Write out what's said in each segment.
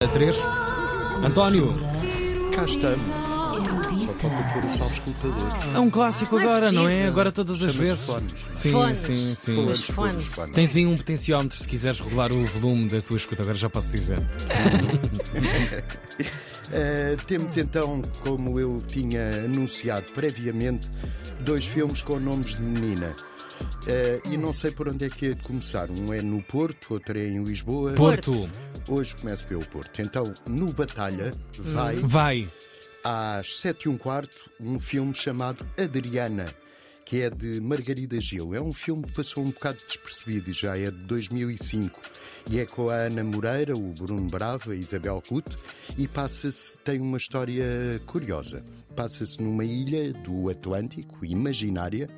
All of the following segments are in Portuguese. A 3. António, Cá estamos. Só falta pôr os salvos escutadores. é um clássico Não é agora, não é? preciso. Agora todas as vezes. fones. Sim, Fones. sim, sim. Antes de Os pôr os fones. fones. Tens aí um potenciómetro se quiseres regular o volume da tua escuta, agora já posso dizer. Eh, temos então, como eu tinha anunciado previamente, dois filmes com nomes de menina. Eh, e não sei por onde é que é de começar. Um é no Porto, outro é em Lisboa. Porto, Hoje começo pelo Porto. Então, no Batalha, vai Hum. vai. às 7 e um quarto um filme chamado Adriana, que é de Margarida Gil. É um filme que passou um bocado despercebido e já é de 2005. E é com a Ana Moreira, o Bruno Bravo, a Isabel Ruth e passa-se, tem uma história curiosa. Passa-se numa ilha do Atlântico, imaginária,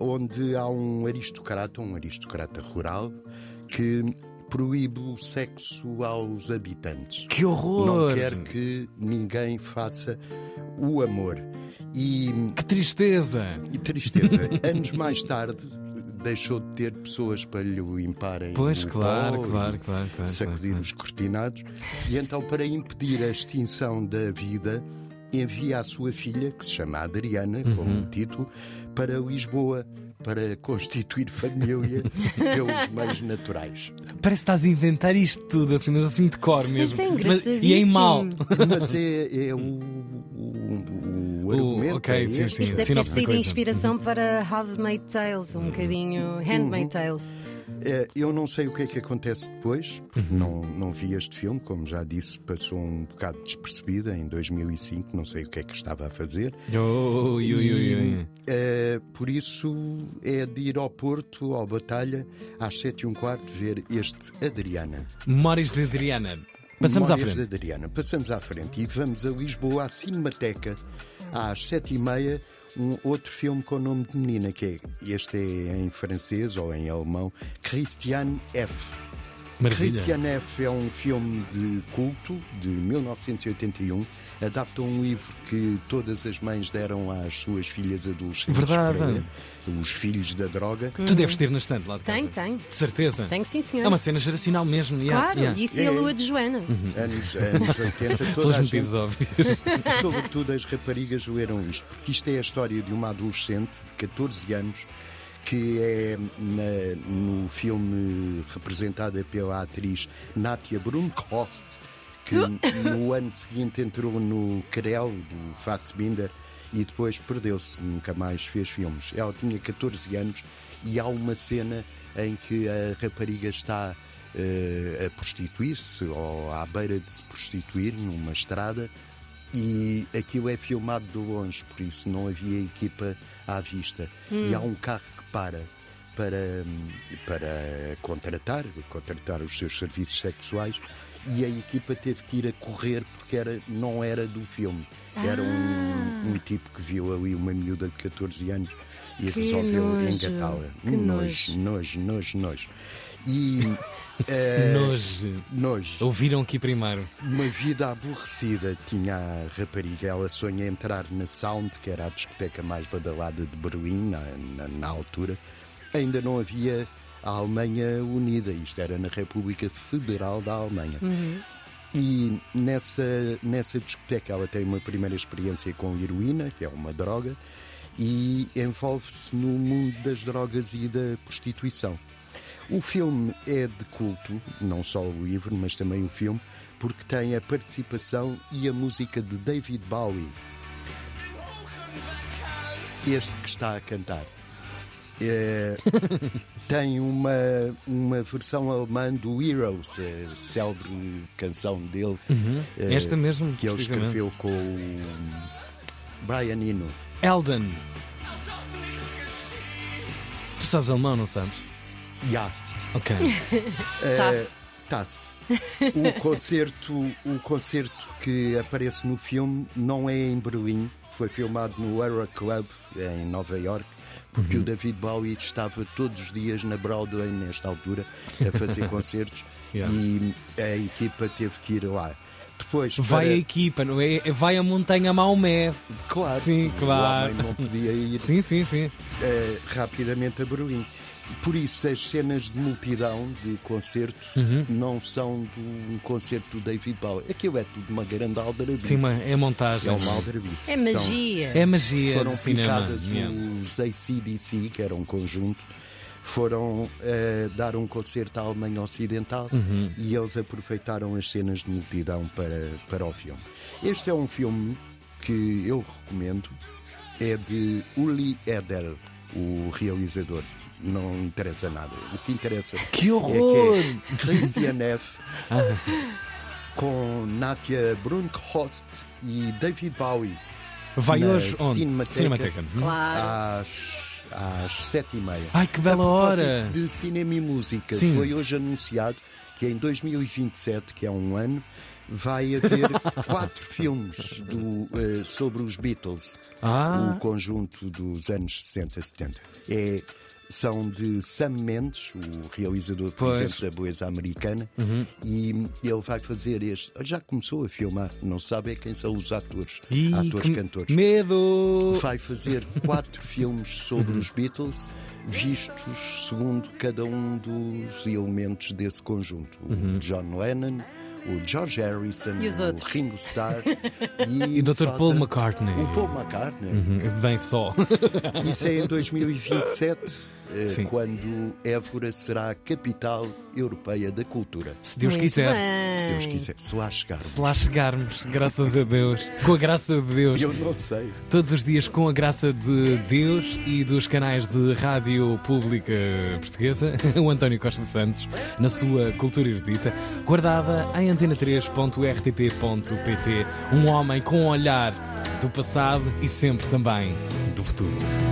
onde há um aristocrata, um aristocrata rural, que proíbe o sexo aos habitantes Que horror! não quer que ninguém faça o amor. E, Que tristeza! e tristeza, anos mais tarde deixou de ter pessoas para lhe limparem Pois, o claro, pó e claro, claro, claro. sacudir os cortinados. E então, para impedir a extinção da vida, envia a sua filha, que se chama Adriana, Uhum. como título, para Lisboa. Para constituir família pelos meios naturais. Parece que estás a inventar isto tudo, assim, mas assim de cor mesmo. Isso é e em engraçadíssimo. mal. Mas é, é o, o, o argumento. ok, é sim, este. sim. Isto deve ter sinopse da sido coisa. inspiração para Housemaid Tales, um bocadinho Handmaid Uhum. Tales. É, eu não sei o que é que acontece depois, porque não, não vi este filme, como já disse, passou um bocado despercebida em 2005, não sei o que é que estava a fazer. Oh, ui, ui, ui, ui. É, por isso é de ir ao Porto, ao Batalha, às 7 e um quarto, ver este Adriana. Memórias de Adriana. Passamos Memórias à frente. de Adriana. Passamos à frente e vamos a Lisboa, à Cinemateca, às sete e meia, um outro filme com o nome de menina, que é, este é em francês ou em alemão, Christiane F. Maravilha. Christiane F. é um filme de culto de 1981, adapta um livro que todas as mães deram às suas filhas adolescentes. Verdade. Hum. para Os Filhos da Droga. Tu deves ter na estante lá de casa. Tem, tem. De certeza. Tenho sim, senhor. É uma cena geracional mesmo. yeah, Claro, yeah. isso é a lua de Joana. Uhum. Anos, anos 80, toda Pelos a gente motivos óbvios. Sobretudo as raparigas leram isto, porque isto é a história de uma adolescente de 14 anos que é na- no filme representada pela atriz Natia Brunkhorst, que no ano seguinte entrou no Creu do Fassbinder e depois perdeu-se, nunca mais fez filmes. Ela tinha 14 anos e há uma cena em que a rapariga está eh, a prostituir-se ou à beira de se prostituir numa estrada e aquilo é filmado de longe, por isso não havia equipa à vista. E há um carro que para para, hum, para contratar, contratar os seus serviços sexuais e a equipa teve que ir a correr porque era, não era do filme. Era um, um tipo que viu ali uma miúda de 14 anos e resolveu nojo, engatá-la. que nojo, nojo, nojo, nojo. E É. eh, Nojo. nojo. eh, Ouviram aqui primeiro. Uma vida aborrecida tinha a rapariga. Ela sonha entrar na Sound, que era a discoteca mais badalada de Berlim na, na- na altura. Ainda não havia a Alemanha unida, isto era na República Federal da Alemanha. E nessa, nessa discoteca ela tem uma primeira experiência com heroína, que é uma droga, e envolve-se no mundo das drogas e da prostituição. O filme é de culto, não só o livro, mas também o filme, porque tem a participação e a música de David Bowie. Este que está a cantar. É, tem uma, uma versão alemã do Heroes, a célebre canção dele, eh, Esta mesmo, que ele precisamente. escreveu com o hum, Brian Eno. Elden. Tu sabes alemão, não sabes? Yeah. Ok. Tá-se. Tasse. O concerto, o concerto que aparece no filme não é em Berlim, foi filmado no Era Club em Nova York, porque o Uhum. David Bowie estava todos os dias na Broadway nesta altura a fazer concertos Yeah. e a equipa teve que ir lá. Depois Vai para- a equipa, não é? Vai a Montanha Maomé. claro, Sim, o claro. homem não podia ir Sim, sim, sim. eh, rapidamente a Berlim. Por isso, as cenas de multidão de concerto Uhum. não são de um concerto do David Bowie. Aquilo é tudo uma grande aldrabice. Sim, uma, é montagem. É uma aldrabice. É São- magia. É magia foram do cinema. picadas Yeah. os ACDC, que era um conjunto, foram eh, dar um concerto à Alemanha Ocidental Uhum. e eles aproveitaram as cenas de multidão para, para o filme. Este é um filme que eu recomendo, é de Uli Eder, o realizador. Não interessa nada. O que interessa Que horror! Ah. é que é Christian F. com Natia Brunkhorst e David Bowie Vai na hoje onde? Cinemateca. Hum. Claro. às, às sete e meia. Ai, que bela A propósito hora! De cinema e música. Sim. Foi hoje anunciado que em 2027, que é um ano, vai haver quatro filmes do, eh, sobre os Beatles. Ah. O conjunto dos anos 60 e 70. É, são de Sam Mendes, o realizador, por Pois. Uhum. exemplo, da Beleza Americana, e ele vai fazer este. Já começou a filmar, não sabe é quem são os atores, Ih, atores, que cantores Medo! vai fazer quatro filmes sobre os Beatles, vistos segundo cada um dos elementos desse conjunto: Uhum. o John Lennon, o George Harrison, E os o outros? Ringo Starr e, E Dr. Paul falta McCartney. O Paul McCartney. Bem só. Isso é em 2027, eh, Sim. quando Évora será a capital europeia da cultura. Se Deus Muito quiser. bem. Se Deus quiser, se lá chegar. Se lá chegarmos, graças a Deus, com a graça de Deus, Eu não sei. todos os dias com a graça de Deus e dos canais de rádio pública portuguesa, o António Costa Santos, na sua cultura erudita, guardada em antena3.rtp.pt, um homem com um olhar do passado e sempre também do futuro.